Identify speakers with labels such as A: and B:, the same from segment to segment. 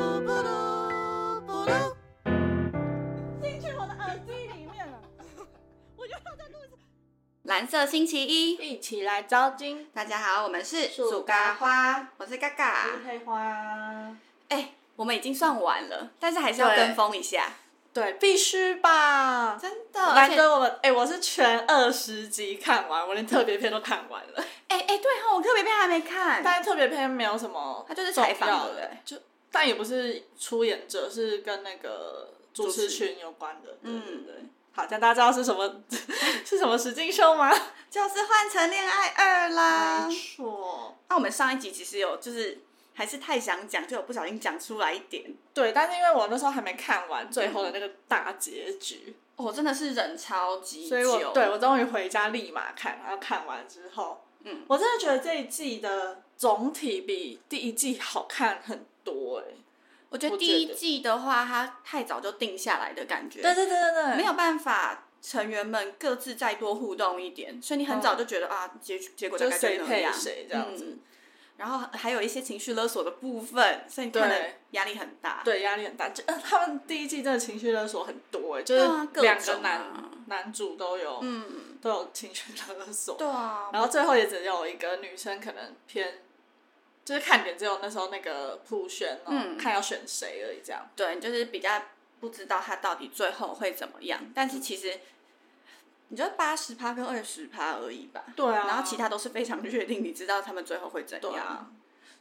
A: 蓝色星期一，
B: 一起来招金
A: 大家好，我们是
B: 树
A: 鼠嘎花，我是嘎嘎。
B: 配花。
A: 哎、我们已经算完了，但是还是要
B: 对
A: 跟风一下，
B: 对，必须吧。
A: 真的。而
B: 难
A: 且，
B: 得我们，哎、我是全二十集看完，我连特别篇都看完 了。
A: 哎哎、对哈、我特别篇还没看。
B: 但是特别篇没有什么，
A: 它就是采访
B: 要
A: 对不
B: 的
A: 对，
B: 就但也不是出演者，是跟那个主持群有关的。对
A: 嗯
B: 对对。好，这样大家知道是什么 是什么实境秀吗？
A: 就是换成恋爱二
B: 啊
A: 啦。
B: 错。
A: 那、我们上一集其实有就是还是太想讲，就有不小心讲出来一点。
B: 对，但是因为我那时候还没看完最后的那个大结局，
A: 我、真的是忍超级久，
B: 所以我对我终于回家立马看，然后看完之后，
A: 嗯，
B: 我真的觉得这一季的总体比第一季好看很多哎、
A: 我觉得
B: 我觉
A: 第一
B: 得
A: 季的话，它太早就定下来的感觉，
B: 对对对对对，
A: 没有办法成员们各自再多互动一点，所以你很早就觉得、啊，结结果大
B: 嗯就
A: 概
B: 谁
A: 那
B: 配
A: 样，
B: 谁这样子，
A: 嗯然后还有一些情绪勒索的部分，所以你
B: 对
A: 看的压力很大。
B: 对压力很大。就、呃他们第一季真的情绪勒索很多哎、就是
A: 对啊各
B: 两个
A: 种啊
B: 男、男主都有、
A: 嗯，
B: 都有情绪勒索，
A: 对啊，
B: 然后最后也只有一个女生可能偏。就是看点只有那时候那个普选、哦，
A: 嗯
B: 看要选谁而已，这样。
A: 对，你就是比较不知道他到底最后会怎么样，但是其实。你觉得八十趴跟二十趴而已吧，
B: 对啊
A: 然后其他都是非常确定，你知道他们最后会怎
B: 对
A: 样。
B: 啊，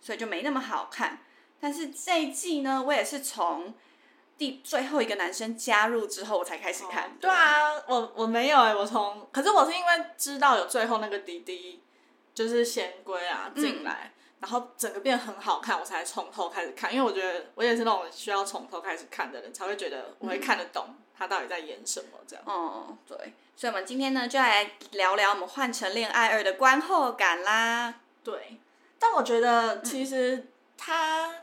A: 所以就没那么好看。但是这一季呢，我也是从第最后一个男生加入之后，我才开始看。
B: 对，啊，我我没有哎、我从可是我是因为知道有最后那个滴滴就是贤龟啊
A: 嗯
B: 进来，然后整个变很好看，我才从头开始看，因为我觉得我也是那种需要从头开始看的人，才会觉得我
A: 嗯
B: 会看得懂他到底在演什么这样。
A: 哦、对，所以我们今天呢，就来聊聊我们《换成恋爱二》的观后感啦。
B: 对，但我觉得其实他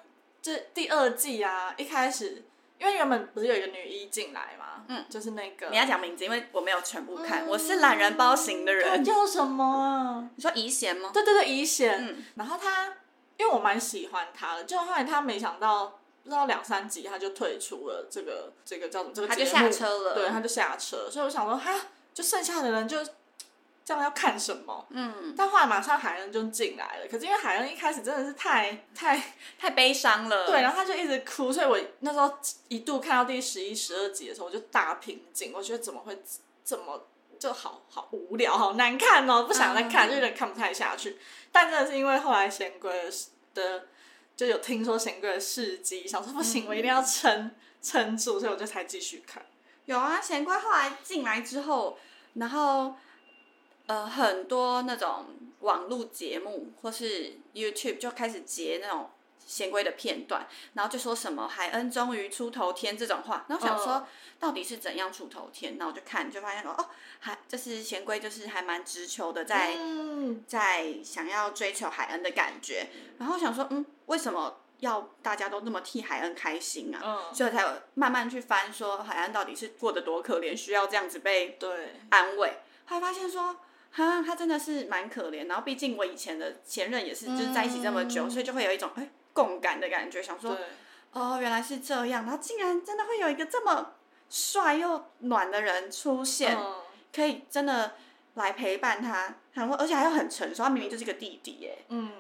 B: 这第二季啊，一开始因为原本不是有一个女一进来嘛，
A: 嗯，
B: 就是那个
A: 你要讲名字，因为我没有全部看，
B: 嗯
A: 我是懒人包型的
B: 她
A: 人。
B: 叫什么啊？
A: 你说遗贤吗？
B: 对对对，乙贤。
A: 嗯
B: 然后他，因为我蛮喜欢他的，就后来他没想到，不知道两三集他就退出了这个这个叫什么这个
A: 他
B: 节
A: 就
B: 目，
A: 下车了。
B: 对，他就下车。所以我想说，哈，就剩下的人就这样要看什么？
A: 嗯，
B: 但后来马上海恩就进来了，可是因为海恩一开始真的是太太
A: 太悲伤了。
B: 对，然后他就一直哭，所以我那时候一度看到第十一、十二集的时候，我就大瓶颈，我觉得怎么会怎么就好好无聊、好难看哦，不想再
A: 嗯
B: 看，就有点看不太下去。但真的是因为后来贤贵的事的就有听说贤贵的事迹，想说不行，我一定
A: 嗯
B: 要撑撑住，所以我就才继续看。
A: 有啊，贤贵后来进来之后，然后呃，很多那种网络节目或是 YouTube 就开始截那种贤贵的片段，然后就说什么海恩终于出头天这种话，然后想说到底是怎样出头天，然后我就看就发现哦，还就是贤贵就是还蛮直球的在、
B: 嗯，
A: 在想要追求海恩的感觉，然后想说嗯，为什么要大家都那么替海恩开心啊？
B: 嗯，
A: 所以我才有慢慢去翻，说海岸到底是过得多可怜，需要这样子被
B: 哎对，
A: 安慰。后来发现说，哈，他真的是蛮可怜。然后毕竟我以前的前任也是，就是在一起这么久，
B: 嗯
A: 所以就会有一种哎、共感的感觉，想
B: 对
A: 说，哦，原来是这样。然后竟然真的会有一个这么帅又暖的人出现，
B: 嗯
A: 可以真的来陪伴他，然后而且还要很成熟，他明明就是个弟弟耶、
B: 嗯，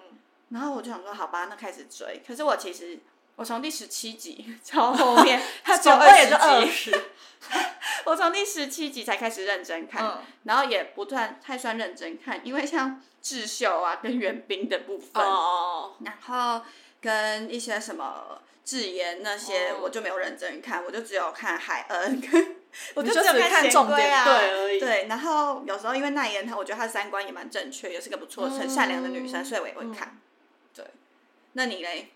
A: 然后我就想说，好吧，那开始追。可是我其实我从第十七集 超后面，
B: 他
A: 只有
B: 总共也就
A: 20
B: 二
A: 集
B: 十，
A: 我从第十七集才开始认真看，
B: 嗯
A: 然后也不算太算认真看，因为像智秀啊跟袁冰的部分，
B: 哦，
A: 然后跟一些什么智妍那些，
B: 哦
A: 我就没有认真看，我就只有看海恩 跟。我
B: 你
A: 就
B: 就
A: 只有
B: 只看
A: 贤
B: 重
A: 圭
B: 点
A: 啊，
B: 对而已
A: 对，然后有时候因为奈妍她，我觉得她三观也蛮正确，也是个不错、很善良的女生，
B: 嗯
A: 所以我也会看。对，那你嘞？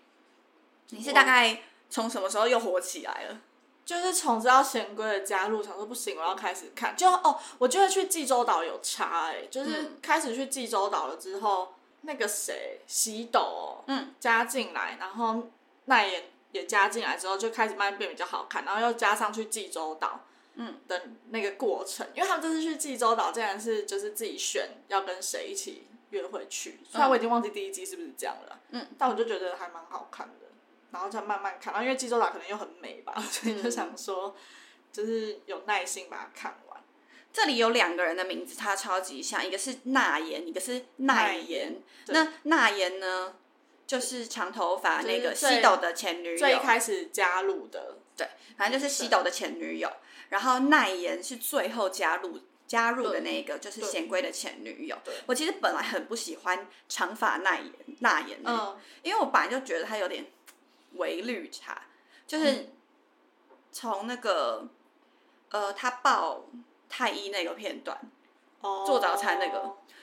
A: 你是大概从什么时候又火起来了？
B: 就是从知道贤龟的加入，想说不行，我要开始看。就哦，我觉得去济州岛有差哎、就是
A: 嗯
B: 开始去济州岛了之后，那个谁喜斗、哦、
A: 嗯
B: 加进来，然后那也也加进来之后，就开始慢慢变比较好看，然后又加上去济州岛
A: 嗯
B: 的那个过程，因为他们这次去济州岛竟然是就是自己选要跟谁一起约会去，虽然我已经忘记第一季是不是这样了，
A: 嗯，
B: 但我就觉得还蛮好看的，然后再慢慢看，然后因为济
A: 嗯
B: 州岛可能又很美吧，所以就想说就是有耐心把它看完。
A: 这里有两个人的名字，他超级像，一个是纳言，一个是奈
B: 奈言
A: 言。
B: 对
A: 那纳言呢，就是长头发
B: 就是
A: 那个
B: 最
A: 西斗的前女
B: 最一
A: 友，
B: 开始加入的，
A: 反正就是西斗的前女友。然后奈言是最后加入加入的
B: 对
A: 那一个，就是
B: 对
A: 贤贵的前女友
B: 对。
A: 我其实本来很不喜欢长发奈言纳言那个
B: 嗯，
A: 因为我本来就觉得它有点嗯微绿茶，
B: 嗯
A: 就是从那个、呃，他抱太医那个片段，
B: 哦
A: 做早餐那个，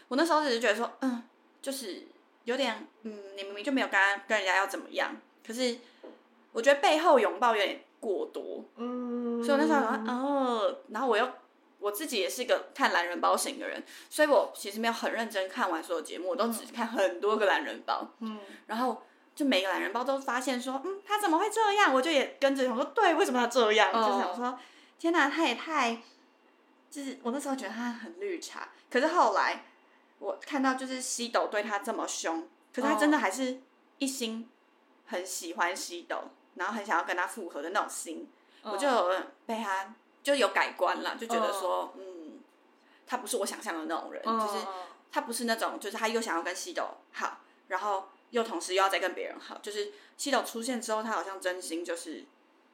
A: 我那时候只是觉得说，嗯，就是有点，嗯，你明明就没有跟他跟人家要怎么样，可是我觉得背后拥抱有点过多，
B: 嗯，
A: 所以我那时候想说，哦，然后我又。我自己也是个看懒人包型的人，所以我其实没有很认真看完所有节目，我都只看很多个懒人包。
B: 嗯，
A: 然后就每个懒人包都发现说，嗯，他怎么会这样？我就也跟着想说，对，为什么要这样？
B: 嗯
A: 就想说，天哪，他也太，就是我那时候觉得他很绿茶，可是后来我看到就是西斗对他这么凶，可是他
B: 哦
A: 真的还是一心很喜欢西斗，然后很想要跟他复合的那种心，我就有被他就有改观了，就觉得说，嗯，他不是我想象的那种人，
B: 嗯
A: 就是他不是那种，就是他又想要跟西斗好，然后又同时又要再跟别人好，就是西斗出现之后，他好像真心就是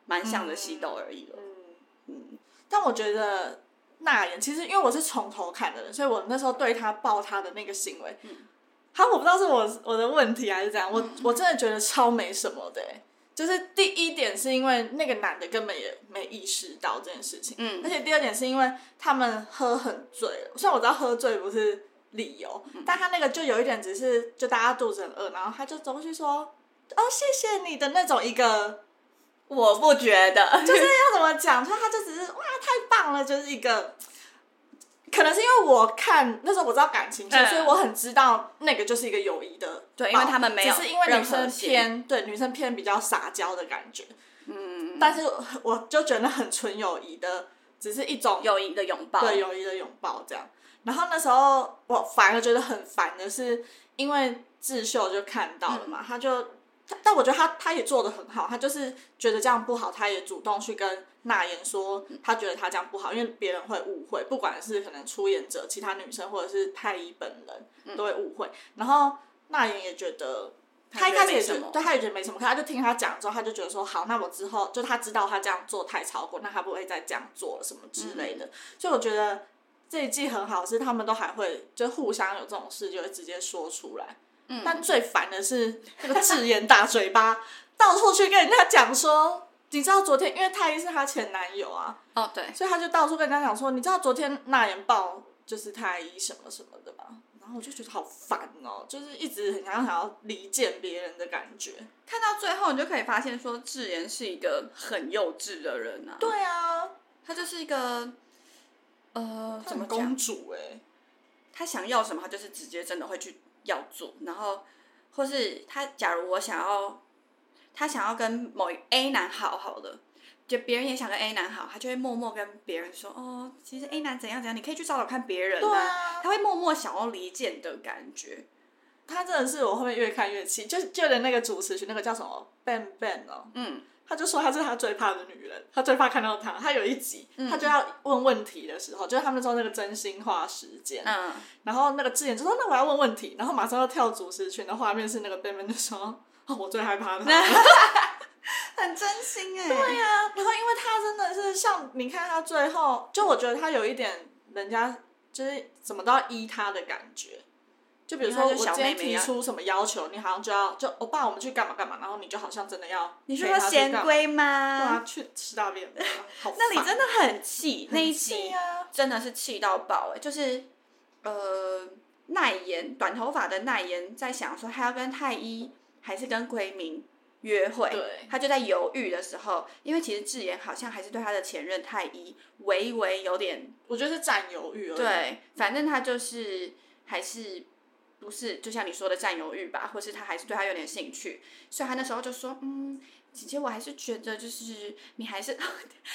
A: 蛮像着西斗而已了。
B: 嗯，嗯，但我觉得那言其实因为我是从头看的人，所以我那时候对他抱他的那个行为，他我不知道是我我的问题还是怎样，我、我真的觉得超没什么的欸、就是第一点是因为那个男的根本也没意识到这件事情，
A: 嗯
B: 而且第二点是因为他们喝很醉了，虽然我知道喝醉不是理由，但他那个就有一点只是就大家肚子很饿，然后他就走过去说哦谢谢你的那种一个
A: 我不觉得，
B: 就是要怎么讲？说他就只是哇，太棒了，就是一个。可能是因为我看那时候我知道感情剧，
A: 嗯
B: 所以我很知道那个就是一个友谊的，
A: 对因为他们没有
B: 只是因为女
A: 任
B: 生
A: 何线
B: 偏对女生偏比较撒娇的感觉，
A: 嗯，
B: 但是我就觉得很纯友谊的，只是一种
A: 友谊的拥抱，
B: 对友谊的拥抱这样。然后那时候我反而觉得很烦的是，因为智秀就看到了嘛，
A: 嗯
B: 他就，他但我觉得他他也做的很好，他就是觉得这样不好，他也主动去跟那言说，他觉得他这样不好，因为别人会误会，不管是可能出演者、其他女生或者是太医本人都会误会。然后那言也觉得。他
A: 他
B: 一
A: 觉得
B: 开始也
A: 没
B: 觉
A: 什
B: 得
A: 么，
B: 对，他也觉得没什么，可他就听他讲之后，他就觉得说，好，那我之后就他知道他这样做太超过，那他不会再这样做了什么之类的。所以我觉得这一季很好，是他们都还会就互相有这种事，就会直接说出来。
A: 嗯
B: 但最烦的是那个智妍大嘴巴，到处去跟人家讲说，你知道昨天因为太医是她前男友啊，
A: 哦对，
B: 所以他就到处跟人家讲说，你知道昨天那言报就是太医什么什么的吧？然后我就觉得好烦哦，就是一直很想想要离间别人的感觉。
A: 看到最后你就可以发现说，智妍是一个很幼稚的人啊，
B: 对啊，
A: 他就是一个呃怎
B: 怎么
A: 么讲
B: 公，主哎、
A: 他想要什么，他就是直接真的会去要做，然后或是他假如我想要，他想要跟某一 A 男好好了，就别人也想跟 A 男好，他就会默默跟别人说，哦，其实 A 男怎样怎样，你可以去找找看别人
B: 对啊
A: 他会默默想要离间的感觉，
B: 他真的是我后面越看越气，就就连那个主持群那个叫什么 Ben Ben 哦，
A: 嗯，
B: 他就说他是他最怕的女人，他最怕看到他。他有一集，他就要问问题的时候，就是他们说那个真心话时间，
A: 嗯，
B: 然后那个智妍就说那我要问问题，然后马上要跳主持群的画面是那个 Ben Ben 就说 哦我最害 怕的。
A: 很真心哎、
B: 啊
A: 对呀、
B: 然后因为他真的是像你看他最后，就我觉得他有一点人家就是怎么都要依他的感觉。就比如说，
A: 因
B: 我
A: 为他就
B: 今
A: 小妹妹
B: 天
A: 啊
B: 提出什么要求，你好像就要就欧巴，我们去干嘛干嘛，然后你就好像真的要
A: 你是
B: 陪
A: 说
B: 他去
A: 贤
B: 干嘛
A: 龟
B: 对
A: 吗？
B: 啊，去吃大便，好烦，
A: 那里真的很气，那一
B: 气
A: 集
B: 啊，
A: 真的是气到爆哎、就是呃奈妍短头发的奈妍在想说她要跟太医还是跟闺明约会，
B: 对
A: 她就在犹豫的时候，因为其实智妍好像还是对她的前任太医微微有点
B: 我觉得是占有欲而已。，哦
A: 对，反正她就是还是。不是，就像你说的占有欲吧，或是她还是对他有点兴趣，所以她那时候就说，嗯，姐姐，我还是觉得就是你还是，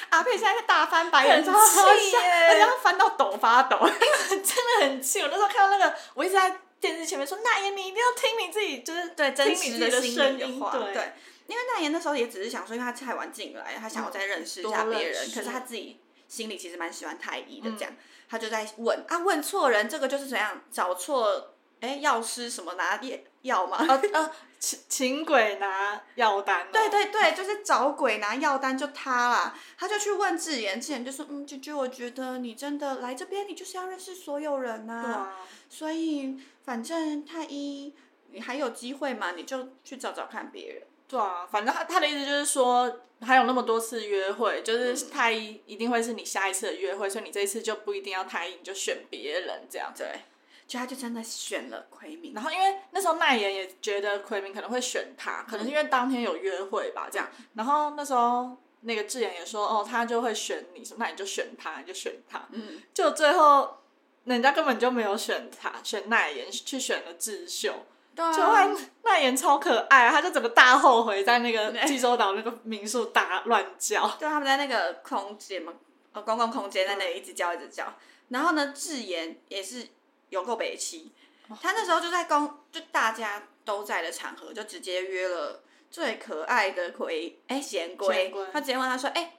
A: 阿佩现在在大翻白眼，
B: 很
A: 超好
B: 气
A: 笑
B: 耶
A: 而且她翻到抖发抖，
B: 真的很气。我那时候看到那个，我一直在电视前面说：“那言，你一定要听你自己，就是
A: 对真
B: 听
A: 实
B: 你自己
A: 的
B: 的
A: 心
B: 声
A: 里
B: 音
A: 话，
B: 对
A: 对。因为那言那时候也只是想说，因为他太晚进来，他想要再认识一下
B: 嗯多认
A: 别人，
B: 识嗯
A: 可是他自己心里其实蛮喜欢太医的，这样、他就在问啊，问错人，这个就是怎样找错，哎，药师什么拿药药吗？
B: 呃呃，请请鬼拿药单、哦。
A: 对对对，就是找鬼拿药单就他啦，他就去问智妍，智妍就说，嗯，姐姐，我觉得你真的来这边，你就是要认识所有人呐、
B: 对啊，
A: 所以反正太医你还有机会嘛，你就去找找看别人。
B: 对啊，反正他他的意思就是说，还有那么多次约会，就是太医一定会是你下一次的约会，所以你这一次就不一定要太医，你就选别人这样。
A: 对，就他就真的选了奎明，
B: 然后因为那时候奈妍也觉得奎明可能会选他，可能是因为当天有约会吧，这样。
A: 嗯
B: 然后那时候那个智妍也说，哦，他就会选你，什么那你就选他，你就选他。
A: 嗯，
B: 就最后人家根本就没有选他，选奈妍去选了智秀。
A: 对啊
B: 就换奈妍超可爱，啊她就整个大后悔在那 个济州岛那个民宿大乱叫。
A: 对，他们在那个空间嘛，呃，公共空
B: 嗯
A: 间在那里一直叫一直叫。然后呢，智妍也是有够北七，
B: 哦
A: 他那时候就在公，就大家都在的场合，就直接约了最可爱的葵，哎、贤
B: 贤
A: 龟
B: 龟，
A: 他直接问他说，哎、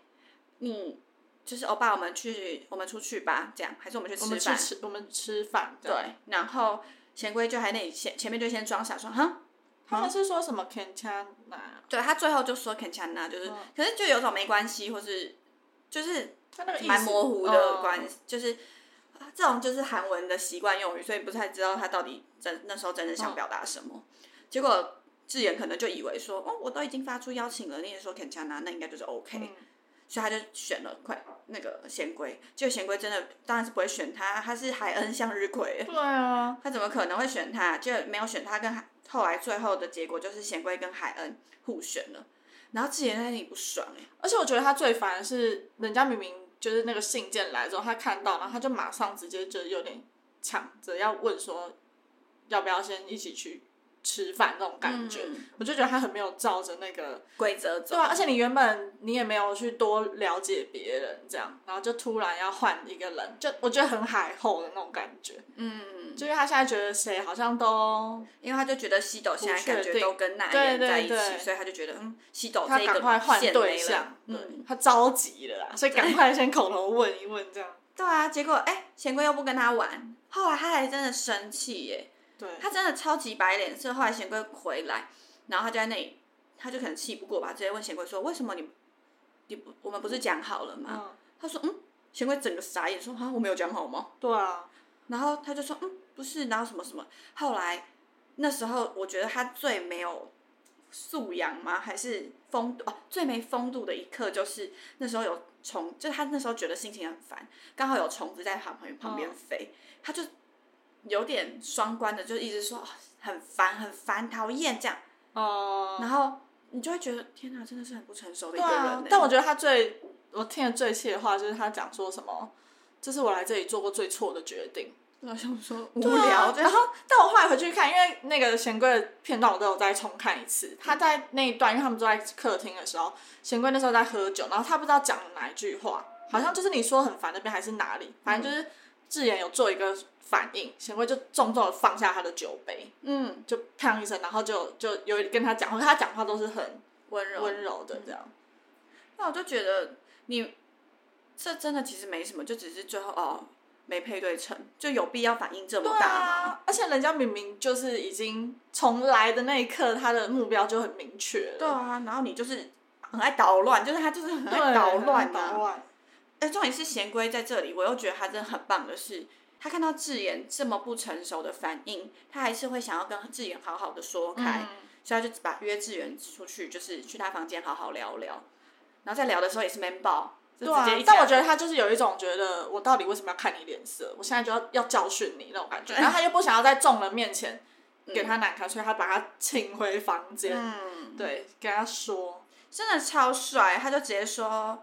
A: 你就是欧巴，我们去，我们出去吧，这样还是我们去
B: 我
A: 吃
B: 们去
A: 饭？
B: 吃，我们吃饭。这
A: 对
B: 样，，
A: 然后贤龟就还那里先前面就先装傻说，哼，
B: 他们是说什么 Can c h a n a
A: 对他最后就说 can can 啊，就是、
B: 嗯
A: 可是就有种没关系，或是就是
B: 他那个意思
A: 蛮模糊的关
B: 嗯
A: 系，就是啊这种就是韩文的习惯用语，所以不太知道他到底真那时候真正
B: 嗯
A: 想表达什么。结果智妍可能就以为说，哦，我都已经发出邀请了，你也说 can can 啊，那应该就是 OK，、
B: 嗯
A: 所以他就选了快那个贤龟，就贤龟真的当然是不会选他，他是海恩向日葵。
B: 对啊，
A: 他怎么可能会选他？就没有选他跟海，后来最后的结果就是贤贵跟海恩互选了，然后智妍在那里不爽哎、
B: 而且我觉得他最烦的是，人家明明就是那个信件来之后，他看到，然后他就马上直接就有点抢着要问说，要不要先一起去吃饭那种感觉。
A: 嗯
B: 我就觉得他很没有照着那个
A: 规则走
B: 对。啊，而且你原本你也没有去多了解别人，这样，然后就突然要换一个人，就我觉得很海后的那种感觉。
A: 嗯，
B: 就是他现在觉得谁好像都，
A: 因为他就觉得西斗现在感
B: 不确
A: 觉
B: 定
A: 都跟那妍在一起，
B: 对对对
A: 所以他就觉得嗯，西斗
B: 他
A: 这一
B: 赶快
A: 个
B: 换
A: 线
B: 对
A: 没
B: 象
A: 了，，
B: 对
A: 嗯，
B: 他着急了啦，所以赶快先口头问一问这样。
A: 对啊，结果哎，贤贵又不跟他玩，后来他还真的生气耶、
B: 对，
A: 他真的超级白脸色。后来贤贵回来，然后他就在那里，他就可能气不过吧，直接问贤贵说：“为什么你，你不，我们不是讲好了吗？”
B: 嗯，
A: 他说嗯，贤贵整个傻眼，说啊我没有讲好吗？
B: 对啊，
A: 然后他就说嗯不是，然后什么什么。后来那时候我觉得他最没有素养吗？还是风度哦、最没风度的一刻就是那时候有虫，就他那时候觉得心情很烦，刚好有虫子在旁边旁边
B: 哦
A: 飞，他就有点双关的，就一直说、啊很烦很烦讨厌这样，
B: 哦、
A: 然后你就会觉得天哪，真的是很不成熟的一
B: 对
A: 个人、
B: 啊
A: 欸。，
B: 但我觉得他最我听的最气的话就是他讲说什么，这是我来这里做过最错的决定。
A: 我想说无
B: 对
A: 聊，
B: 啊
A: 这
B: 然后，但我后来回去看，因为那个贤贵的片段我都有再重看一次。他在那一段，因为他们坐在客厅的时候，贤贵那时候在喝酒，然后他不知道讲了哪一句话，好像就是你说很烦那边还是哪里，反正就是智妍有做一个反应，贤贵就重重的放下他的酒杯，
A: 嗯
B: 就嘡一声，然后就就有跟他讲话，可他讲话都是很
A: 温柔
B: 温柔嗯的这样。
A: 那我就觉得你这真的其实没什么，就只是最后哦没配对成，就有必要反应这么
B: 对
A: 大吗？
B: 啊，而且人家明明就是已经从来的那一刻，他的目标就很明确了。
A: 对啊，然后你就是很爱捣乱，就是他就是很
B: 对
A: 爱捣乱
B: 捣
A: 啊。
B: 乱。
A: 哎，重点是贤龟在这里，我又觉得他真的很棒的是，他看到智妍这么不成熟的反应，他还是会想要跟智妍好好的说开，
B: 嗯
A: 所以他就把约智妍出去，就是去他房间好好聊聊，然后在聊的时候也是 man 爆，就
B: 对
A: 直
B: 啊
A: 接一，
B: 但
A: 讲
B: 我觉得他就是有一种觉得我到底为什么要看你脸色，我现在就要要教训你那种感觉，然后他又不想要在众人面前给他难堪，所以他把他请回房间，
A: 嗯。
B: 对，跟他说，
A: 真的超帅，他就直接说，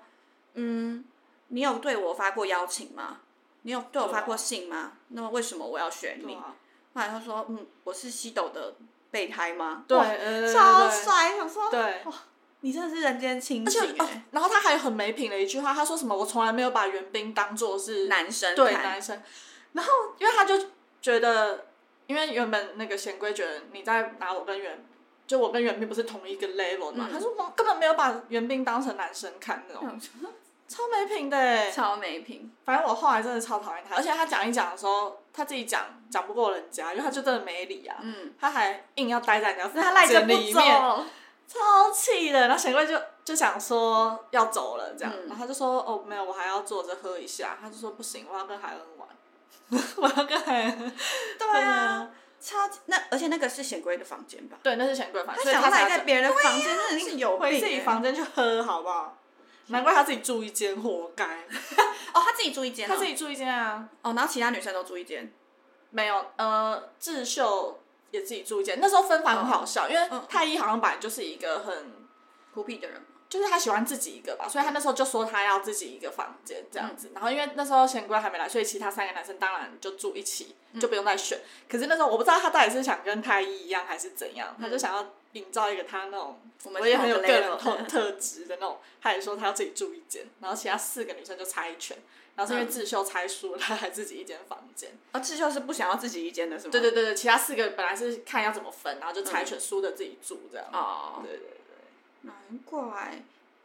A: 嗯，你有对我发过邀请吗？你有对我发过信吗？那么为什么我要选
B: 对
A: 你？
B: 啊，
A: 后来他说，嗯，我是西斗的备胎吗？
B: 对，
A: 哇
B: 呃
A: 超，帅，想说
B: 对对，
A: 你真的是人间清
B: 而且
A: 醒、
B: 哦
A: 欸，，
B: 然后他还有很没品的一句话，他说什么我从来没有把袁冰当做是
A: 男生
B: 对
A: 看
B: 男生，然后因为他就觉得，因为原本那个贤贵觉得你在拿我跟袁，就我跟袁冰不是同一个 level 嘛，
A: 嗯
B: 他说我根本没有把袁冰当成男生看那种，
A: 想说
B: 超没品的欸。
A: 超没品。
B: 反正我后来真的超讨厌他，而且他讲一讲的时候，他自己讲讲不过人家，因为他就真的没理啊，
A: 嗯，
B: 他还硬要待在人家
A: 那他赖着
B: 房间里
A: 不
B: 面，
A: 走，
B: 超气的。然后贤贵就就想说要走了这样，
A: 嗯
B: 然后他就说哦没有，我还要坐着喝一下。他就说不行，我要跟海恩玩， 我要跟海恩。
A: 对啊，，超级那而且那个是显贵的房间吧？
B: 对，那是贤贵房，
A: 他
B: 所以
A: 想
B: 他
A: 赖
B: 才要啊
A: 在
B: 走
A: 别人的房间，真的是有病
B: 回
A: 欸。
B: 自己房间去喝好不好？难怪他自己住一间，活该。
A: 哦，他自己住一间哦，
B: 他自己住一间啊，
A: 哦，然后其他女生都住一间。
B: 没有，呃，智秀也自己住一间。那时候分房很好笑，因为
A: 嗯
B: 太医好像本来就是一个很，
A: 孤僻的人嘛，
B: 就是他喜欢自己一个吧，所以他那时候就说他要自己一个房间
A: 嗯
B: 这样子。然后因为那时候贤贵还没来，所以其他三个男生当然就住一起，
A: 嗯
B: 就不用再选。可是那时候我不知道他到底是想跟太医一样还是怎样，他就想要营造一个他那种
A: 嗯我
B: 我
A: 们
B: 也很有
A: 同
B: 个
A: 个
B: 人
A: level
B: 特特质的那种，他也说他要自己住一间，然后其他四个女生就猜拳，然后是因为
A: 嗯
B: 智秀猜输了，他还自己一间房间。
A: 啊，智秀是不想要自己一间的，是吗？嗯
B: 对对对对，其他四个本来是看要怎么分，然后就猜拳输的自己住这样。
A: 哦，
B: 对对对
A: 难怪。哎、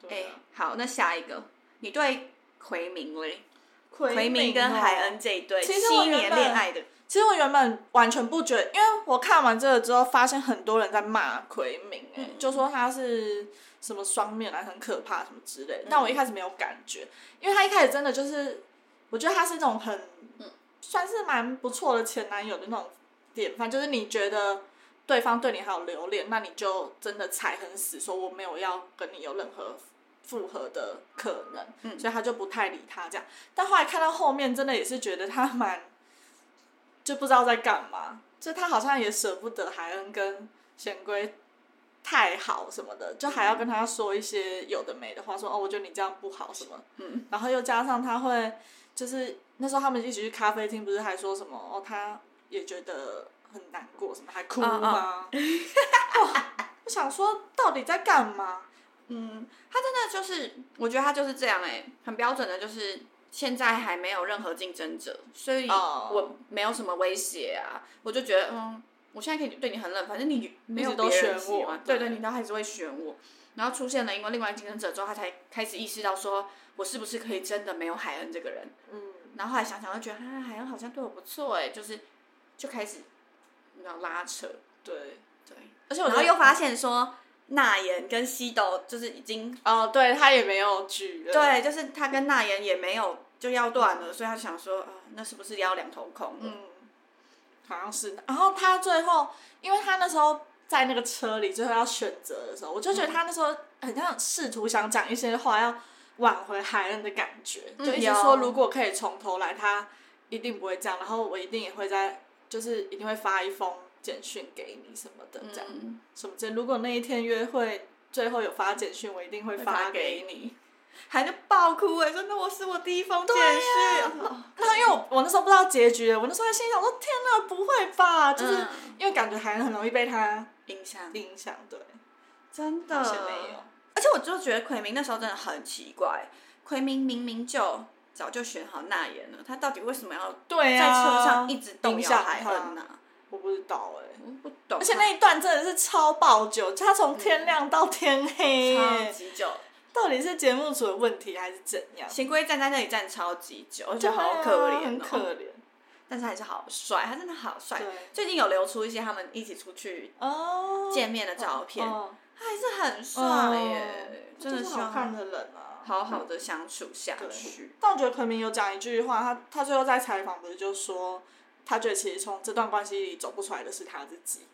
B: 对啊。
A: 好，那下一个，你对奎明嘞？
B: 奎
A: 奎明跟海恩，这一对
B: 其实我
A: 七
B: 原
A: 年
B: 本
A: 恋爱的，
B: 其实我原本完全不觉得，因为我看完这个之后，发现很多人在骂奎明、哎、
A: 嗯
B: 就说他是什么双面啊，很可怕什么之
A: 嗯
B: 类的。但我一开始没有感觉，因为他一开始真的就是，我觉得他是那种很，
A: 嗯
B: 算是蛮不错的前男友的那种典范，就是你觉得对方对你还有留恋，那你就真的踩很死，说我没有要跟你有任何复合的可能，
A: 嗯
B: 所以他就不太理他这样。但后来看到后面，真的也是觉得他蛮，就不知道在干嘛，就他好像也舍不得海恩跟贤圭。太好什么的，就还要跟他说一些有的没的话，说哦，我觉得你这样不好什么，
A: 嗯，
B: 然后又加上他会，就是那时候他们一起去咖啡厅，不是还说什么哦，他也觉得很难过，什么还哭
A: 嗯嗯
B: 吗？哇我想说到底在干嘛？
A: 嗯，他真的就是，我觉得他就是这样哎、很标准的，就是现在还没有任何竞争者，所以
B: 哦
A: 我没有什么威胁啊，我就觉得嗯，我现在可以对你很冷，反正你没有
B: 一直都
A: 别人
B: 选
A: 喜欢
B: 我
A: 对
B: 对
A: 对，你都还是会选我。然后出现了因为另外竞争者之后，他才开始意识到说，我是不是可以真的没有海恩这个人？
B: 嗯，
A: 然后后来想想，就觉得啊，海恩好像对我不错哎、就是就开始你知道拉扯，
B: 对，
A: 对，
B: 而且我
A: 然
B: 觉
A: 后
B: 得
A: 又发现说，纳言跟西斗就是已经
B: 哦，对他也没有举了，
A: 对，就是他跟纳言也没有就要断了，所以他想说，啊、那是不是要两头空？嗯，
B: 嗯，好像是。然后他最后，因为他那时候在那个车里最后要选择的时候，我就觉得他那时候很像试图想讲一些话，要挽回海恩的感觉，
A: 嗯
B: 就一直
A: 有
B: 说如果可以从头来，他一定不会这样，然后我一定也会在，就是一定会发一封简讯给你什么的，这样、
A: 嗯
B: 什么之类。如果那一天约会。最后有发简讯，我一定会
A: 会
B: 发
A: 发
B: 给
A: 给
B: 你。
A: 还就爆哭哎、说那我是我第一封简
B: 啊
A: 讯，
B: 然后因为我我那时候不知道结局，我那时候在心里想说：天哪，不会吧？啊就是、
A: 嗯
B: 因为感觉海恩很容易被他
A: 影响
B: 影响，对，
A: 真的
B: 好像没有。
A: 而且我就觉得奎明那时候真的很奇怪，奎明明明就早就选好纳言了，他到底为什么要
B: 对啊
A: 在车上一直动
B: 影
A: 摇
B: 响
A: 海恩
B: 他，
A: 呢、
B: 我不知道哎、
A: 我不懂啊，嗯
B: 而且那一段真的是超爆久，他从天亮到天黑、
A: 超
B: 耶
A: 级久，
B: 到底是节目组的问题还是怎样？
A: 行规站在那里站超级久，我觉得
B: 对啊
A: 好可怜、哦，
B: 很可怜。
A: 但是还是好帅，他真的好帅
B: 对。
A: 最近有流出一些他们一起出去
B: 哦，
A: 见面的照片，
B: 哦
A: 他还是很帅耶，
B: 哦
A: 真的
B: 就是
A: 希
B: 好
A: 望
B: 看
A: 他
B: 的人啊。
A: 好好的相处下
B: 对
A: 去。
B: 但我觉得奎明有讲一句话，他他最后在采访不是就说，他觉得其实从这段关系里走不出来的是他自己。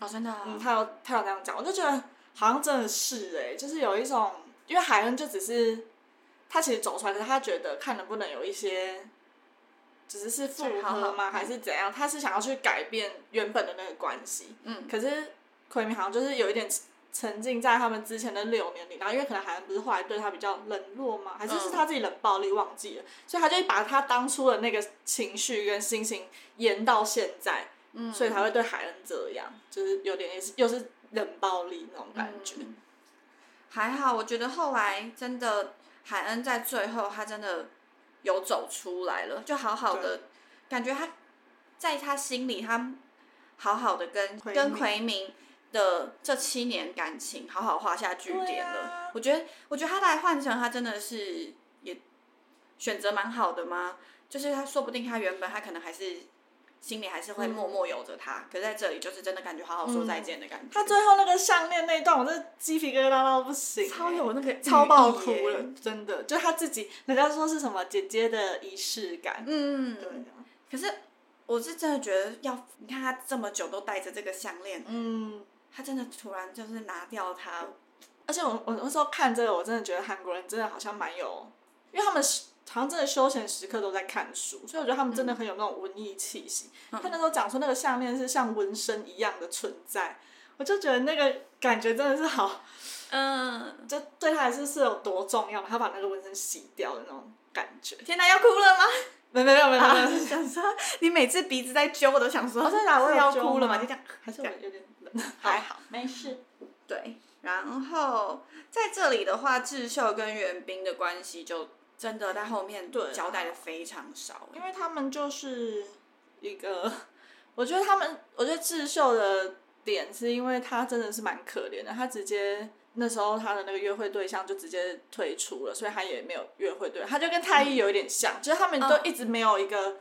A: 哦，真的啊、
B: 嗯，他有他有那样讲，我就觉得好像真的是哎、就是有一种，因为海恩就只是他其实走出来，可是他觉得看能不能有一些，只是是复
A: 再好
B: 合
A: 好
B: 吗，
A: 嗯
B: 还是怎样？他是想要去改变原本的那个关系，
A: 嗯，
B: 可是奎明好像就是有一点沉沉浸在他们之前的六年里，然后因为可能海恩不是后来对他比较冷落嘛，还是是
A: 嗯
B: 他自己冷暴力忘记了，所以他就把他当初的那个情绪跟心情延到现在，
A: 嗯
B: 所以才会对海恩这样，就是有点也是又是冷暴力那种感觉。
A: 嗯还好，我觉得后来真的海恩在最后他真的有走出来了，就好好的感觉他在他心里，他好好的跟
B: 奎
A: 跟
B: 明
A: 奎明的这七年感情好好画下句点
B: 对
A: 了。
B: 啊
A: 我觉得，我觉得他来换成他真的是也选择蛮好的吗？就是他说不定他原本他可能还是心里还是会
B: 嗯
A: 默默有着他，可是在这里就是真的感觉好好说再见的感觉。
B: 嗯他最后那个项链那一段，我真的鸡皮疙瘩到不行、欸
A: 超有那个
B: 超爆
A: 寓意
B: 哭
A: 耶
B: 了，真的，就他自己，人家说是什么姐姐的仪式感，
A: 嗯，
B: 对啊，
A: 可是我是真的觉得要，你看他这么久都戴着这个项链，
B: 嗯，
A: 他真的突然就是拿掉它，
B: 而且我我那时候看这个，我真的觉得韩国人真的好像蛮有，因为他们是好像真的休闲时刻都在看书，所以我觉得他们真
A: 嗯
B: 的很有那种文艺气息。他那时候讲说那个项链是像纹身一样的存在，我就觉得那个感觉真的是好，
A: 嗯，
B: 就对他来说是有多重要，他把那个纹身洗掉的那种感觉。
A: 天哪，要哭了吗？
B: 没没没没没
A: 啊
B: 没，
A: 想说你每次鼻子在揪，我都想说
B: 哦真的啊我有
A: 是要
B: 揪
A: 哭了吗？
B: 吗
A: 就这样，
B: 还是我有点冷，
A: 还好。
B: 没事。
A: 对，然后在这里的话，智秀跟袁冰的关系就真的在后面
B: 对啊
A: 交代的非常少，
B: 因为他们就是一个，我觉得他们，我觉得智秀的点是因为他真的是蛮可怜的，他直接那时候他的那个约会对象就直接退出了，所以他也没有约会对象，他就跟太一有一点像，就是他们都
A: 嗯
B: 一直没有一个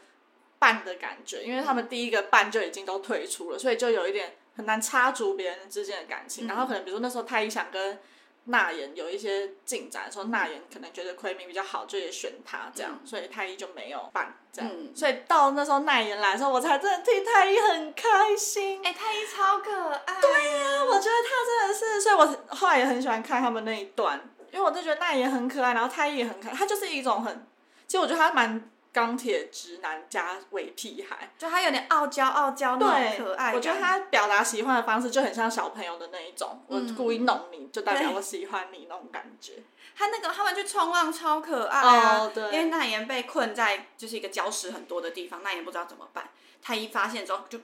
B: 伴的感觉，因为他们第一个伴就已经都退出了，所以就有一点很难插足别人之间的感情。
A: 嗯
B: 然后可能比如说那时候太一想跟。那言有一些进展的时候，那言可能觉得奎明比较好，就也选他这样，
A: 嗯
B: 所以太一就没有办这样。
A: 嗯
B: 所以到那时候奈言来的时候，我才真的替太一很开心。啊
A: 哎、太医超可爱，对呀、
B: 我觉得他真的是，所以我后来也很喜欢看他们那一段，因为我就觉得奈言很可爱，然后太一也很可爱，他就是一种很，其实我觉得他蛮钢铁直男加伪屁孩。
A: 就他有点傲娇傲娇那
B: 对，
A: 种可爱感，
B: 我觉得他表达喜欢的方式就很像小朋友的那一种，
A: 嗯
B: 我故意弄你就代表
A: 对
B: 我喜欢你那种感觉。
A: 他那个他们去冲浪超可爱啊，
B: 哦对
A: 因为奈妍被困在就是一个礁石很多的地方，奈妍不知道怎么办，太一发现之后就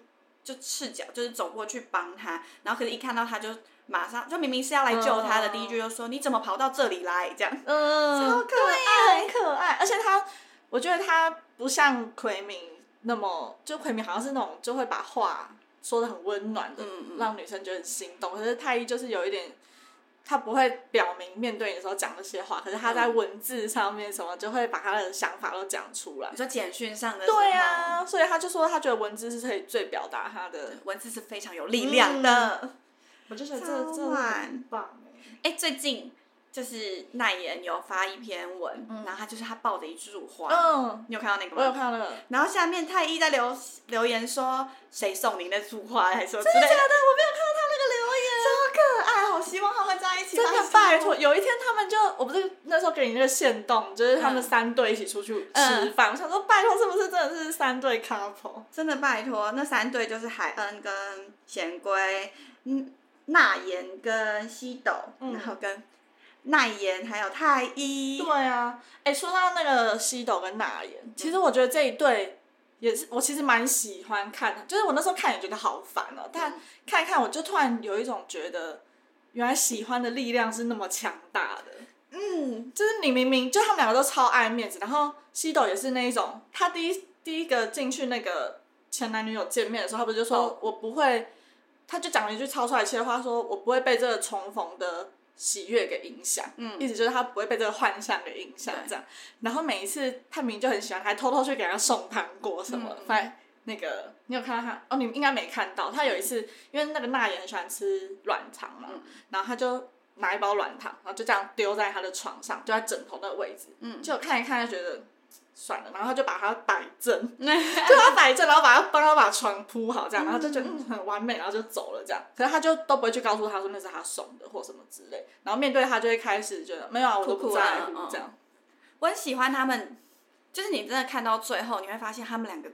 A: 就赤脚就是走过去帮他，然后可是一看到他就马上就明明是要来救他的，
B: 嗯
A: 第一句就说你怎么跑到这里来这样，
B: 嗯，
A: 超可
B: 爱，很可爱。而且他，我觉得他不像奎明那么，就奎明好像是那种就会把话说的很温暖的，
A: 嗯嗯
B: 让女生觉得很心动。可是太一就是有一点，他不会表明面对你的时候讲那些话，可是他在文字上面什么就会把他的想法都讲出来
A: 你。说简讯上的时候
B: 对啊，所以他就说他觉得文字是可以最表达他的。
A: 文字是非常有力量的。
B: 嗯我就觉
A: 得
B: 得
A: 这
B: 这
A: 这
B: 这
A: 很
B: 很棒
A: 哎、最近就是奈妍有发一篇文，然后他就是他抱着一束花，
B: 嗯，
A: 你有看到那个
B: 我有
A: 吗？
B: 看到那个，
A: 然后下面太一在留留言说谁送你那束花，还说真的假的？我没有看到他那个留言，超可爱，好希望他们在一起哦
B: 真的拜托，有一天他们就，我不是那时候给你那个线动，就是他们三队一起出去吃饭，我想说拜托，是不是真的是三对 couple？
A: 真的拜托，那三对就是海恩跟贤圭，嗯，那妍跟西斗，
B: 嗯
A: 然后跟奈妍还有太一，
B: 对啊，哎、说到那个西斗跟那言，其实我觉得这一对也是我其实蛮喜欢看的，就是我那时候看也觉得好烦哦、但看一看我就突然有一种觉得，原来喜欢的力量是那么强大的。
A: 嗯，
B: 就是你明明就他们两个都超爱面子，然后西斗也是那一种，他第一第一个进去那个前男女友见面的时候，他不是就说、
A: 哦
B: 我不会，他就讲了一句超出来气的话，说我不会被这个重逢的喜悦给影响，
A: 嗯
B: 意思就是他不会被这个幻象给影响
A: 对
B: 这样。然后每一次他明明就很喜欢，还偷偷去给他送糖果什么的，
A: 嗯
B: 反正那个你有看到他哦？你应该没看到，他有一次因为那个娜也很喜欢吃软糖嘛，
A: 嗯
B: 然后他就拿一包软糖，然后就这样丢在他的床上，就在枕头那个位置，
A: 嗯
B: 就看一看就觉得算了，然后他就把它摆正，
A: 那
B: 就把它摆正，然后把它帮他把床铺好，这样，然后就觉得嗯很完美，然后就走了这样。可是他就都不会去告诉他说那是他送的或什么之类，然后面对他就会开始觉得没有啊，我都
A: 酷
B: 不
A: 酷啊
B: 在
A: 嗯
B: 乎这样。
A: 我很喜欢他们，就是你真的看到最后，你会发现他们两个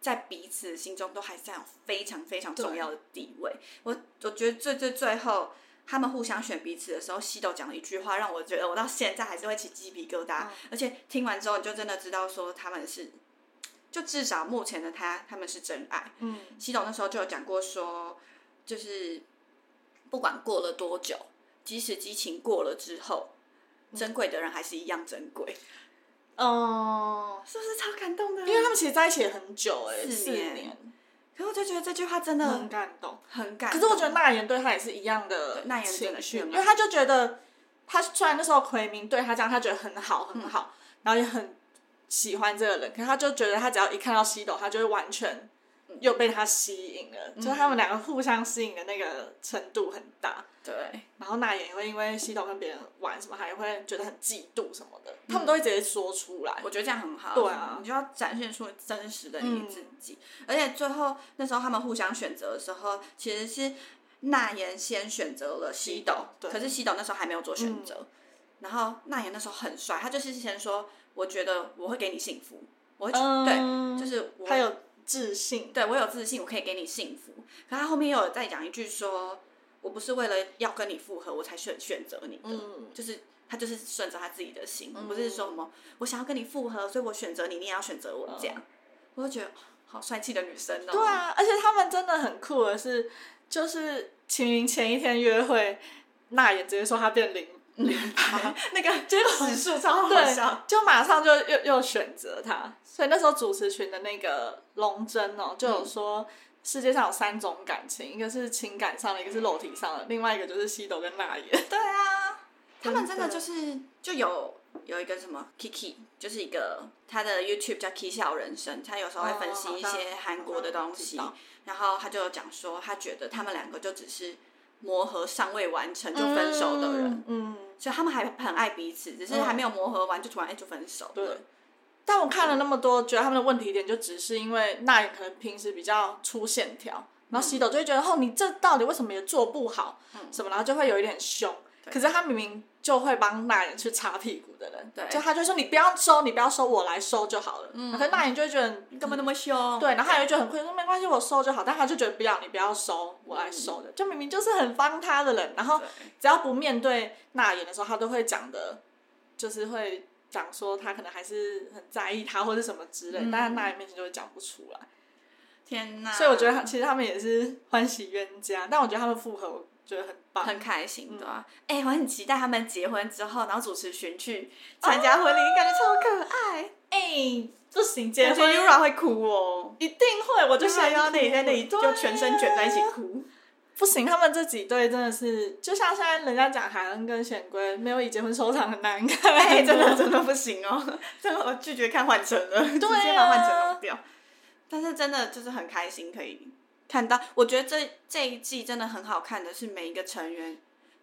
A: 在彼此心中都还占有非常非常重要的地位。我我觉得最最最后他们互相选彼此的时候，西斗讲了一句话，让我觉得我到现在还是会起鸡皮疙瘩，
B: 嗯
A: 而且听完之后你就真的知道说他们是，就至少目前的他他们是真爱。
B: 嗯，
A: 西董那时候就有讲过说，就是不管过了多久，即使激情过了之后，珍贵的人还是一样珍贵，
B: 哦、
A: 是不是超感动的？啊
B: 因为他们其实在一起很久哎、
A: 四
B: 四
A: 年
B: 年，
A: 可我就觉得这句话真的
B: 很感动。
A: 很感
B: 可
A: 动。
B: 是我觉得那言对他也是一样的
A: 对那言真的
B: 情绪，
A: 是
B: 因
A: 嗯
B: 为他就觉得他虽然那时候奎明对他这样，他觉得很好很好，然后也很喜欢这个人，可是他就觉得他只要一看到西斗，他就会完全
A: 嗯
B: 又被他吸引了，就是他们两个互相吸引的那个程度很大。
A: 对，
B: 然后那也会因为西斗跟别人玩什么，还会觉得很嫉妒什么的，他
A: 嗯
B: 们都会直接说出来。
A: 我觉得这样很好。
B: 对啊
A: 你就要展现出真实的你
B: 嗯
A: 自己。而且最后那时候他们互相选择的时候，其实是那言先选择了西斗，
B: 对嗯
A: 可是西斗那时候还没有做选择。然后那言那时候很帅，他就是先说：“我觉得我会给你幸福，我会、对，就是我
B: 他嗯有自信，
A: 对我有自信，我可以给你幸福。”可他后面又有再讲一句说：“我不是为了要跟你复合，我才选选择你的。
B: 嗯，
A: 就是他就是顺着他自己的心，不是说什么我想要跟你复合，所以我选择你，你也要选择我这样。我就觉得好帅气的女生哦、
B: 对啊，而且他们真的很酷的是，就是秦明前一天约会，那也直接说他变 零零趴，
A: 那个结果指数超好
B: 对
A: 笑。，
B: 就马上就又又选择他。哎所以那时候主持群的那个龙真哦，就有说。世界上有三种感情，一个是情感上的，一个是肉体上的，另外一个就是西斗跟那也。
A: 对啊，他们真
B: 真
A: 的
B: 的
A: 就是就有有一个什么 Kiki，就是一个他的 YouTube 叫 K 笑人生，他有时候会分析一
B: 哦好
A: 些
B: 像
A: 韩国的东西，
B: 好像
A: 然后他就有讲说，他觉得他们两个就只是磨合尚未完成就分手的人。
B: 嗯，嗯，
A: 所以他们还很爱彼此，只是还没有磨合完就突然哎就分手了。
B: 对但我看了那么多，觉得他们的问题点就只是因为那也可能平时比较粗线条，然后西斗就会觉得、哦，你这到底为什么也做不好，什么，然后就会有一点凶。可是他明明就会帮那人去擦屁股的人，
A: 对
B: 就他就说你不要收，你不要收，我来收就好了。嗯，可是那人就会觉得你
A: 你干嘛那么凶？
B: 对，然后他也会觉得很愧疚，说没关系，我收就好。但他就觉得不要，你不要收，我来收的。就明明就是很帮他的人，然后
A: 对
B: 只要不面对那言的时候，他都会讲的，就是会讲说他可能还是很在意他或者什么
A: 嗯
B: 之类，但在那言面前就会讲不出来。
A: 天哪！
B: 所以我觉得他其实他们也是欢喜冤家，但我觉得他们复合，我觉得很棒。嗯
A: 很开心，对啊，哎、我很期待他们结婚之后，然后主持群去 参
B: 啊
A: 加婚礼，感觉超可爱。
B: 哎、不行，结
A: 感觉
B: 婚
A: Yura 会哭哦，
B: 一定会，我
A: 我就
B: 就
A: 想
B: 想
A: 要那里在那里
B: 对
A: 就全身卷在一起哭。
B: 不行，他们这几对真的是，就像现在人家讲海恩跟显龟没有以结婚收场很难看，
A: 哎、 真的真的不行哦，这个我拒绝看换成了，直
B: 对啊
A: 接把换成弄掉。但是真的就是很开心可以看到，我觉得这这一季真的很好看的是每一个成员，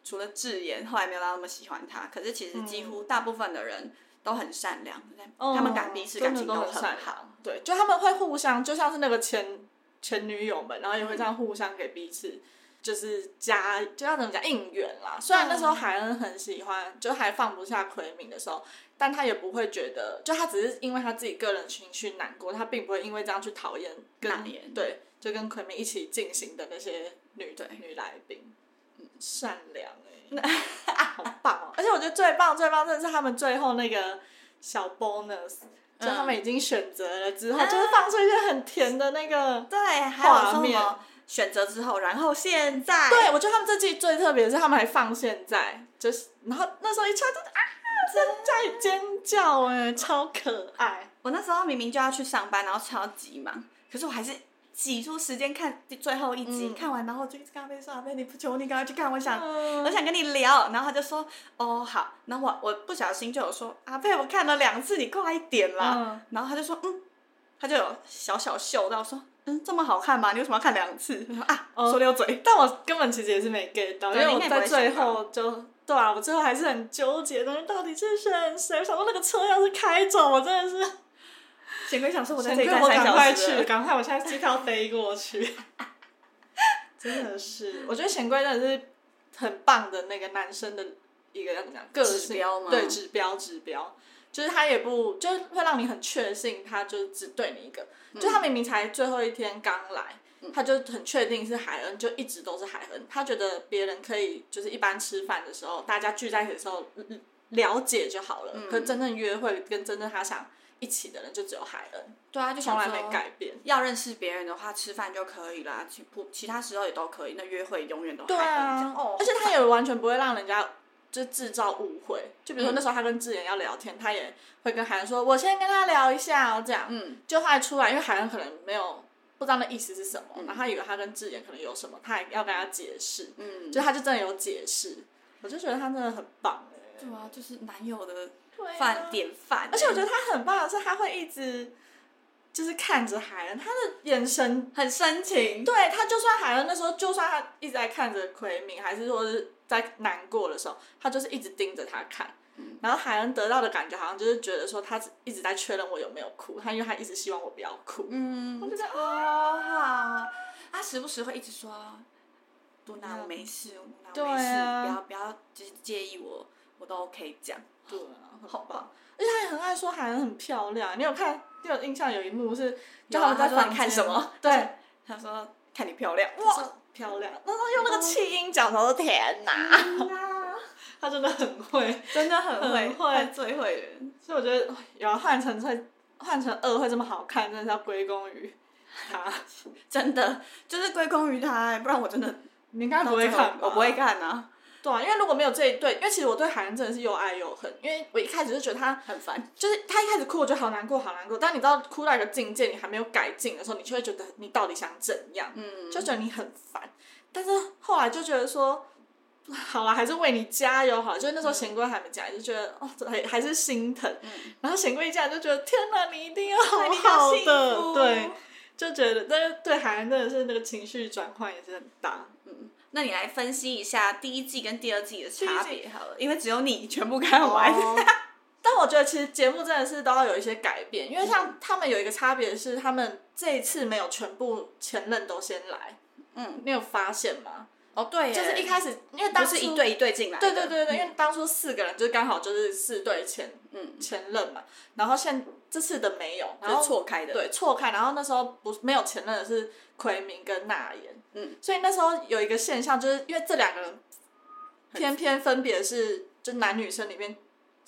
A: 除了智妍后来没有到那么喜欢他，可是其实几乎大部分的人都很善良，
B: 嗯
A: 他们感彼此感情
B: 真的都
A: 很
B: 很善
A: 好。
B: 对，就他们会互相，就像是那个前前女友们，然后也会这样互相给彼此，就是加，就要怎么讲应援啦。虽然那时候海恩很喜欢，就还放不下奎敏的时候，但他也不会觉得，就他只是因为他自己个人情绪难过，他并不会因为这样去讨厌跟
A: 那言
B: 对，就跟奎敏一起进行的那些女
A: 对
B: 女来宾，嗯善良哎、好棒哦！而且我觉得最棒最棒，真的是他们最后那个小 bonus。就
A: 嗯
B: 他们已经选择了之后，就是放出一些很甜的那个。
A: 对，啊还有说
B: 画
A: 什
B: 面
A: 么选择之后，然后现在，
B: 对，我觉得他们这季最特别的是他们还放现在，就是然后那时候一出来就是啊，在家里尖叫哎、超可爱。
A: 我那时候明明就要去上班，然后超级忙，可是我还是挤出时间看最后一集，
B: 嗯
A: 看完然后就一直跟阿贝说：“阿贝，你不求你赶快去看，我想、
B: 嗯
A: 我想跟你聊。”然后他就说：“哦，好。”然后我我不小心就有说：“阿贝，我看了两次，你快一点啦。
B: 嗯
A: 然后他就说：“嗯。”他就有小小秀到说：“嗯，这么好看吗？你为什么要看两次？”我说：“啊，
B: 哦
A: 说溜嘴。
B: 但我根本其实也是没 get 到，因
A: 对啊
B: 为我
A: 你应该不
B: 在
A: 会想
B: 最
A: 到
B: 后就对啊，我最后还是很纠结的，到底是选谁？我想说那个车要是开走，我真的是，”
A: 贤哥想说：“我在
B: 想
A: 这里
B: 快
A: 待
B: 我
A: 三
B: 赶快
A: 小
B: 去，
A: 时。
B: 赶快，我现在机票飞过去。真的是，我觉得贤贵真的是很棒的那个男生的一个叫怎么讲个性
A: 指标吗
B: 对，指标指标，就是他也不就是会让你很确信，他就只对你一个，
A: 嗯
B: 就他明明才最后一天刚来。他就很确定是海恩，就一直都是海恩。他觉得别人可以就是一般吃饭的时候，大家聚在一起的时候嗯嗯了解就好
A: 嗯
B: 了。可真正约会跟真正他想一起的人，就只有海恩。”
A: 对啊，就想
B: 从来
A: 说
B: 没改变。
A: 要认识别人的话，吃饭就可以啦，其不其他时候也都可以。那约会永远都还可以这样哦，
B: 啊而且他也完全不会让人家就制造误会。就比如说那时候他跟智妍要聊天，他也会跟海恩说：“我先跟他聊一下、哦，这样。”
A: 嗯，
B: 就后来出来，因为海恩可能没有不知道那意思是什么，然后他以为他跟智妍可能有什么，他还要跟他解释，
A: 嗯，
B: 就他就真的有解释。我就觉得他真的很棒、欸。
A: 对啊，就是男友的
B: 对啊
A: 范典范欸，
B: 而且我觉得他很棒的是，他会一直就是看着海恩，他的眼神
A: 很深情，
B: 对他，就算海恩那时候，就算他一直在看着奎明，还是说是在难过的时候，他就是一直盯着他看。然后海恩得到的感觉，好像就是觉得说他一直在确认我有没有哭，他因为他一直希望我不要哭。
A: 嗯
B: 我，就觉得啊
A: 超好。他时不时会一直说：“露娜，我没事，露娜，我没事，
B: 对啊
A: 不要不要，就是介意我，我都 OK 这样。
B: 对啊，
A: 好
B: 很棒
A: 棒。
B: 而且他也很爱说海恩很漂亮。你有看？你有印象有一幕是，就
A: 有啊
B: 们在
A: 他说
B: 房
A: 你看
B: 间
A: 什么？
B: 对，”
A: 他说：“看你漂亮，
B: 哇，漂亮！那他用那个气音讲，我说嗯天哪，
A: 哇，
B: 他真的很会。
A: 真的很会，
B: 很会
A: 他最会人。
B: 所以我觉得，哎有换成会换成二会这么好看，真的是要归功于他。
A: 真的就是归功于他、不然我真的
B: 你应该不会看吧？
A: 我不会。看啊，
B: 对啊，因为如果没有这一对，因为其实我对韩恩真的是又爱又恨，因为我一开始就觉得他
A: 很 烦。
B: 就是他一开始哭，我觉得好难过，好难过。但你到哭到一个境界，你还没有改进的时候，你就会觉得你到底想怎样，
A: 嗯，
B: 就觉得你很烦。但是后来就觉得说。好了，还是为你加油好了。就是那时候贤贵还没加，就觉得哦，这还还是心疼。
A: 嗯
B: 然后贤贵一加就觉得天哪，你一定要好
A: 对你要
B: 好
A: 幸福
B: 的，对，就觉得，但是对海恩真的是那个情绪转换也是很大。
A: 嗯，那你来分析一下第一季跟第二季的哦差
B: 第一
A: 别好了，因为只有你 全部看完。
B: 哦 但我觉得其实节目真的是都要有一些改变，因为像他们有一个差别是，他们这一次没有全部前任都先来，
A: 嗯，
B: 你有发现吗？
A: 哦对耶，
B: 就是一嗯开始，因为
A: 都
B: 当初
A: 是一，对一对进来的，
B: 对对对对，因为当初四个人就是刚好就是四对前
A: 嗯，
B: 前任嘛，然后现这次的没有，然
A: 就
B: 后
A: 是错开的，
B: 对，错开。然后那时候不是没有前任的是奎明跟纳言，
A: 嗯，
B: 所以那时候有一个现象，就是因为这两个人偏偏分别是就男女生里面，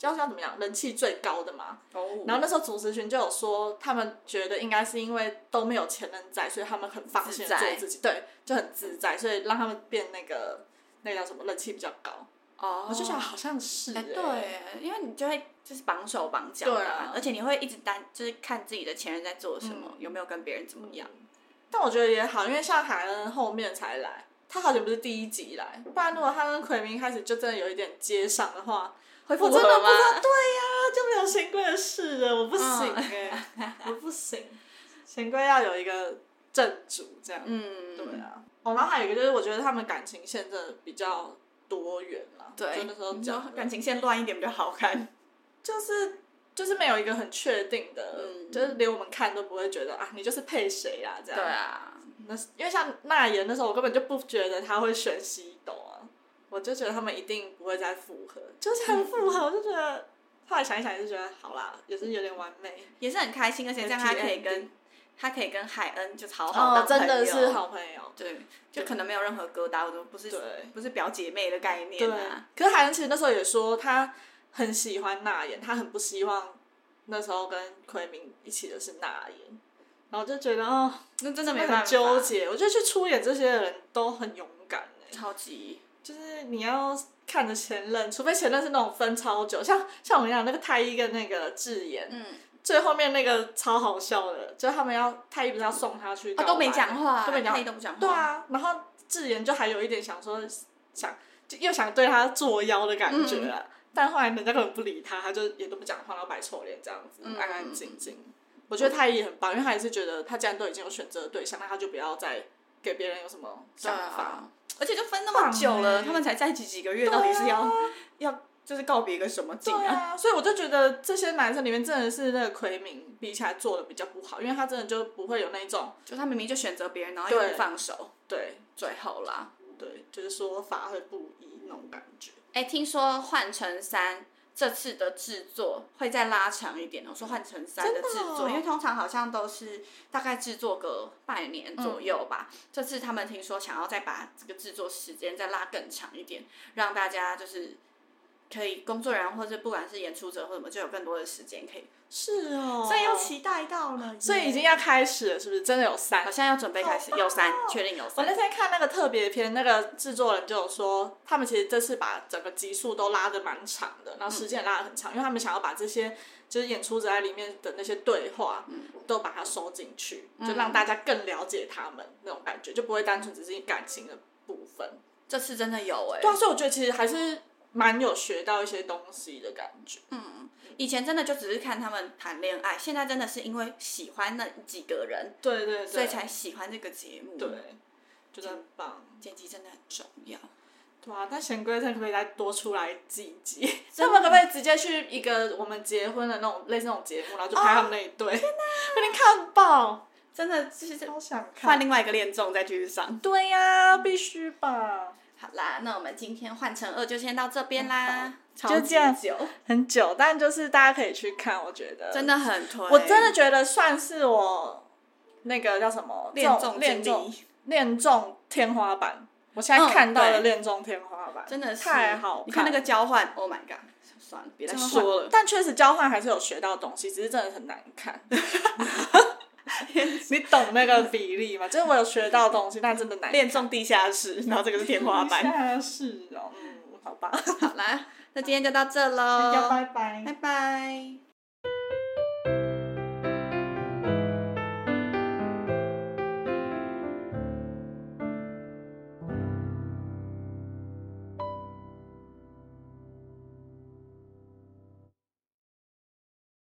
B: 要像怎么样人气最高的嘛。
A: 哦
B: 然后那时候主持群就有说，他们觉得应该是因为都没有前任在，所以他们很放心
A: 自
B: 地
A: 在
B: 做自己，对，就很自在，所以让他们变那个那个叫什么人气比较高。
A: 哦，
B: 我就想好像是、欸
A: 哎，对，因为你就会就是绑手绑脚的
B: 对
A: 啊嗯
B: 啊，
A: 而且你会一直担，就是看自己的前任在做什么，有没有跟别人怎么样。
B: 但我觉得也好，因为像海恩后面才来，他好像不是第一集来，不然如果他跟奎明一开始就真的有一点接上的话，
A: 会
B: 我
A: 复
B: 真的
A: 合
B: 不知道，对
A: 吗？嗯
B: 呀、就没有贤贵的事了，我不行哎、 我不行，贤贵要有一个正主这样，
A: 嗯，
B: 对啊。哦，然后还有一个就是，我觉得他们感情线真的比较多元啦，
A: 对，
B: 就那时候
A: 你
B: 讲
A: 说
B: 的
A: 感情线乱一点比较好看。
B: 就是就是没有一个很确定的，
A: 嗯
B: 就是连我们看都不会觉得啊，你就是配谁啦这
A: 对
B: 样，
A: 啊，
B: 那是因为像那言那时候，我根本就不觉得他会选西斗啊，我就觉得他们一定不会再复合，就是很复合，我就觉得后来想一想，就觉得好啦，也是有点完美，
A: 也是很开心，而且这样他可以跟
B: 嗯
A: 他可以跟海恩就是好好当朋友
B: 真的是，好朋友，
A: 对，就可能没有任何疙瘩，我都不是
B: 对
A: 不是表姐妹的概
B: 对
A: 念啊。。
B: 可是海恩其实那时候也说，他很喜欢那言，他很不希望那时候跟奎明一起的是那言，然后就觉得哦，
A: 那真的没
B: 很
A: 办法，
B: 纠结。我觉得去出演这些的人都很勇敢、欸
A: 超级
B: 就是你要看着前任，除非前任是那种分超久，像像我们讲那个太医跟那个智妍，
A: 嗯，
B: 最后面那个超好笑的，就是他们要太医不是要送他去、
A: 啊都没讲，话，
B: 都没讲
A: 太都不讲话，
B: 对，啊，然后智妍就还有一点想说想就又想对他作妖的感
A: 嗯
B: 觉啊，但后来人家根本不理他，他就也都不讲话，然后摆臭脸这样子，
A: 嗯
B: 安安静静。我觉得太医也很棒，因为他也是觉得他既然都已经有选择的对象，那他就不要再给别人有什么
A: 对
B: 想法。
A: 啊，而且就分那么久了，
B: 棒欸
A: 他们才在一起几个月，到底是要要就是告别个什么劲
B: 对
A: 啊？
B: 啊，所以我就觉得这些男生里面真的是那个奎明比起来做的比较不好，因为他真的就不会有那一种
A: 就他明明就选择别人，然后又
B: 对
A: 不放手，
B: 对
A: 最后啦。
B: 对，就是说法会不一那种感觉。
A: 哎，听说《换乘三》这次的制作会再拉长一点哦。我说《换乘三》的制
B: 真的
A: 作，
B: 哦
A: 因为通常好像都是大概制作个半年左
B: 嗯
A: 右吧。这次他们听说想要再把这个制作时间再拉更长一点，让大家就是可以工作人员或者不管是演出者或什么，就有更多的时间可以。
B: 是哦，
A: 所以要，期待到了耶，
B: 所以已经要开始了，是不是？真的有三哦
A: 好。像要准备开始，有三，确定有
B: 我
A: 三
B: 那。天看那个特别篇，那个制作人就有说，他们其实这次把整个集数都拉的蛮长的，然后时间也拉的很长，因为他们想要把这些就是演出者在里面的那些对话，都把它收进去，就让大家更了解他们那种感觉，就不会单纯只是感情的部分。
A: 这次真的有哎、
B: 对啊，所以我觉得其实还是蛮有学到一些东西的感觉。
A: 嗯，以前真的就只是看他们谈恋爱，现在真的是因为喜欢那几个人，
B: 对对对，
A: 所以才喜欢这个节目。
B: 对，，觉得很棒。
A: 剪辑真的很重要。
B: 对啊，但贤龟真的可以再多出来几 集。
A: 真
B: 他
A: 的
B: 们可不可以直接去一个我们结婚的那种类似那种节目，然后就拍他们那一
A: 哦
B: 对？我已经看爆，
A: 真的就是
B: 超想
A: 换
B: 看。
A: 另外一个恋综再继续上。
B: 对呀、必须吧。
A: 好啦，那我们今天换乘二就先到这边啦，
B: 好
A: 超
B: 就这样
A: 级久，
B: 很久，但就是大家可以去看，我觉得
A: 真的很推。
B: 我真的觉得算是我那个叫什么
A: 恋综
B: 恋
A: 经
B: 综
A: 历
B: 恋综天花板。我现在
A: 嗯
B: 看到
A: 对
B: 了恋综天花板，
A: 真的是
B: 太好
A: 你看那个交换，Oh my god！算了，别再
B: 交换
A: 说了。
B: 但确实交换还是有学到东西，只是真的很难 看。你懂那个比例吗？ 就是我有学到东西，但真的难看。
A: 恋综地下室，然后这个是天花 板。
B: 下是哦，嗯，好吧，
A: 好啦，那今天就到这
B: 要
A: 喽，
B: 拜拜
A: 拜拜。